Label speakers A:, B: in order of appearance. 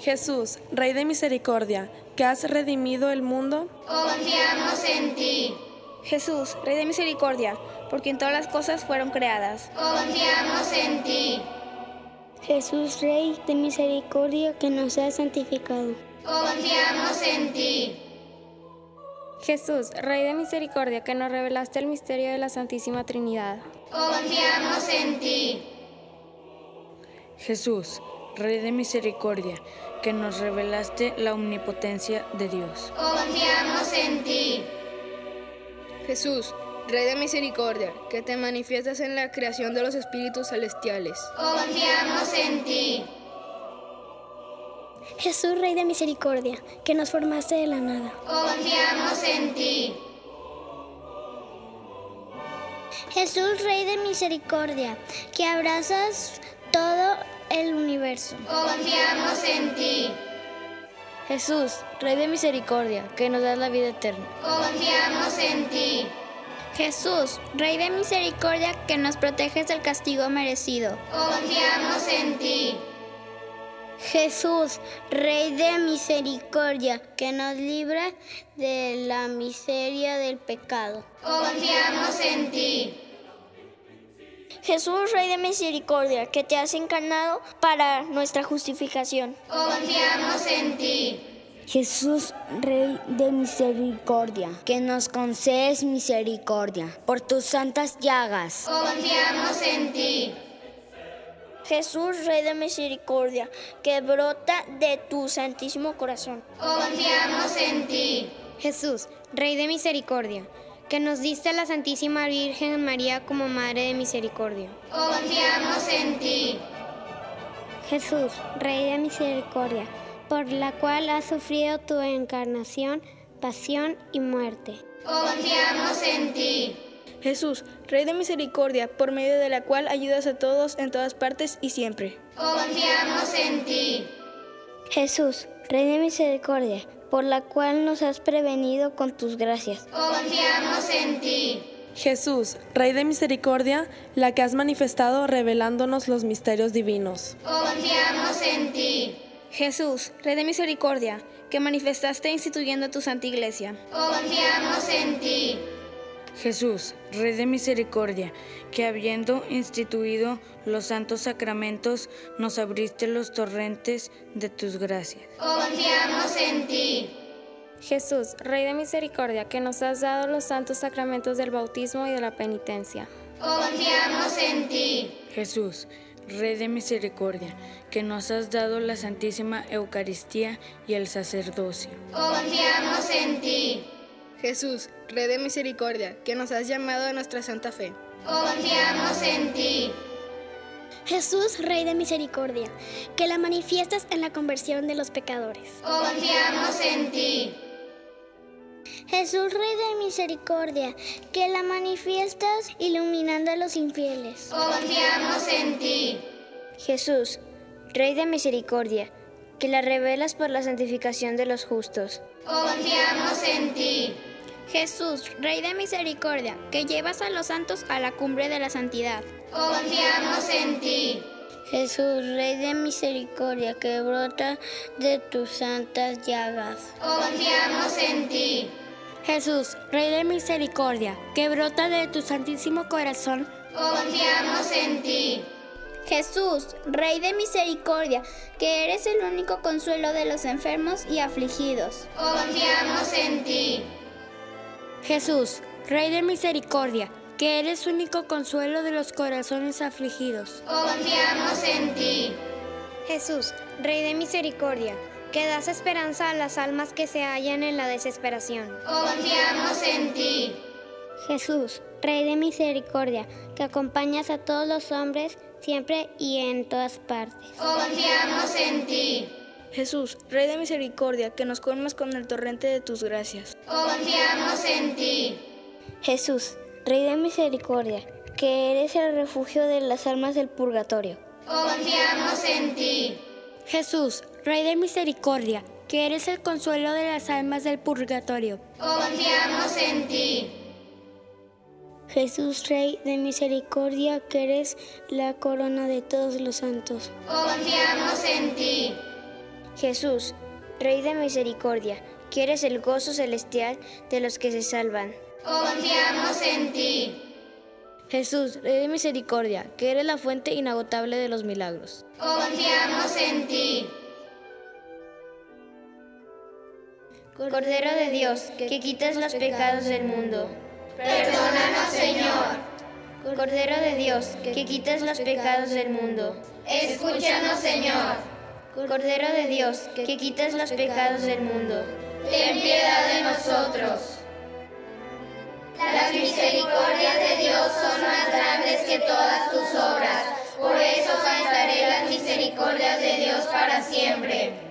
A: Jesús, Rey de Misericordia, que has redimido el mundo,
B: confiamos en ti.
C: Jesús, Rey de Misericordia, por quien todas las cosas fueron creadas,
B: confiamos en ti.
D: Jesús, Rey de Misericordia, que nos has santificado,
B: confiamos en ti.
E: Jesús, Rey de Misericordia, que nos revelaste el misterio de la Santísima Trinidad,
B: confiamos en ti.
F: Jesús, Rey de Misericordia, que nos revelaste la omnipotencia de Dios.
B: Confiamos en ti.
G: Jesús, Rey de Misericordia, que te manifiestas en la creación de los espíritus celestiales.
B: Confiamos en ti.
D: Jesús, Rey de Misericordia, que nos formaste de la nada.
B: Confiamos en ti.
D: Jesús, Rey de Misericordia, que abrazas todo el universo.
B: Confiamos en ti.
H: Jesús, Rey de Misericordia, que nos das la vida eterna.
B: Confiamos en ti.
I: Jesús, Rey de Misericordia, que nos proteges del castigo merecido.
B: Confiamos en ti.
D: Jesús, Rey de Misericordia, que nos libra de la miseria del pecado.
B: Confiamos en ti.
J: Jesús, Rey de Misericordia, que te has encarnado para nuestra justificación.
B: Confiamos en ti.
D: Jesús, Rey de Misericordia,
K: que nos concedes misericordia por tus santas llagas.
B: Confiamos en ti.
J: Jesús, Rey de Misericordia, que brota de tu santísimo corazón.
B: Confiamos en ti.
L: Jesús, Rey de Misericordia, que nos diste a la Santísima Virgen María como Madre de Misericordia.
B: Confiamos en ti.
D: Jesús, Rey de Misericordia, por la cual has sufrido tu encarnación, pasión y muerte.
B: Confiamos en ti.
G: Jesús, Rey de Misericordia, por medio de la cual ayudas a todos en todas partes y siempre.
B: Confiamos en ti.
D: Jesús, Rey de Misericordia, por la cual nos has prevenido con tus gracias.
B: Confiamos en ti.
A: Jesús, Rey de Misericordia, la que has manifestado revelándonos los misterios divinos.
B: Confiamos en ti.
G: Jesús, Rey de Misericordia, que manifestaste instituyendo tu Santa Iglesia.
B: Confiamos en ti.
F: Jesús, Rey de Misericordia, que habiendo instituido los santos sacramentos, nos abriste los torrentes de tus gracias.
B: Confiamos en ti.
E: Jesús, Rey de Misericordia, que nos has dado los santos sacramentos del bautismo y de la penitencia.
B: Confiamos en ti.
F: Jesús, Rey de Misericordia, que nos has dado la Santísima Eucaristía y el sacerdocio.
B: Confiamos en ti.
G: Jesús, Rey de Misericordia, que nos has llamado a nuestra santa fe.
B: Confiamos en ti.
D: Jesús, Rey de Misericordia, que la manifiestas en la conversión de los pecadores.
B: Confiamos en ti.
D: Jesús, Rey de Misericordia, que la manifiestas iluminando a los infieles.
B: Confiamos en ti.
H: Jesús, Rey de Misericordia, que la revelas por la santificación de los justos.
B: Confiamos en ti.
I: Jesús, Rey de Misericordia, que llevas a los santos a la cumbre de la santidad.
B: Confiamos en ti.
D: Jesús, Rey de Misericordia, que brota de tus santas llagas.
B: Confiamos en ti.
I: Jesús, Rey de Misericordia, que brota de tu santísimo corazón.
B: Confiamos en ti.
I: Jesús, Rey de Misericordia, que eres el único consuelo de los enfermos y afligidos.
B: Confiamos en ti.
I: Jesús, Rey de Misericordia, que eres único consuelo de los corazones afligidos.
B: Confiamos en ti.
L: Jesús, Rey de Misericordia, que das esperanza a las almas que se hallan en la desesperación.
B: Confiamos en ti.
D: Jesús, Rey de Misericordia, que acompañas a todos los hombres siempre y en todas partes.
B: Confiamos en ti.
G: Jesús, Rey de Misericordia, que nos colmas con el torrente de tus gracias.
B: Confiamos en ti.
K: Jesús, Rey de Misericordia, que eres el refugio de las almas del purgatorio.
B: Confiamos en ti.
I: Jesús, Rey de Misericordia, que eres el consuelo de las almas del purgatorio.
B: Confiamos en ti.
D: Jesús, Rey de Misericordia, que eres la corona de todos los santos.
B: Confiamos en ti.
H: Jesús, Rey de Misericordia, que eres el gozo celestial de los que se salvan.
D: Confiamos en ti.
I: Jesús, Rey de Misericordia, que eres la fuente inagotable de los milagros.
D: Confiamos en ti.
H: Cordero de Dios, que quitas los pecados del mundo.
D: Perdónanos, Señor.
H: Cordero de Dios, que quitas los pecados del mundo.
D: Escúchanos, Señor.
H: Cordero de Dios, que quitas los pecados del mundo.
D: Ten piedad de nosotros. Las misericordias de Dios son más grandes que todas tus obras. Por eso cantaré las misericordias de Dios para siempre.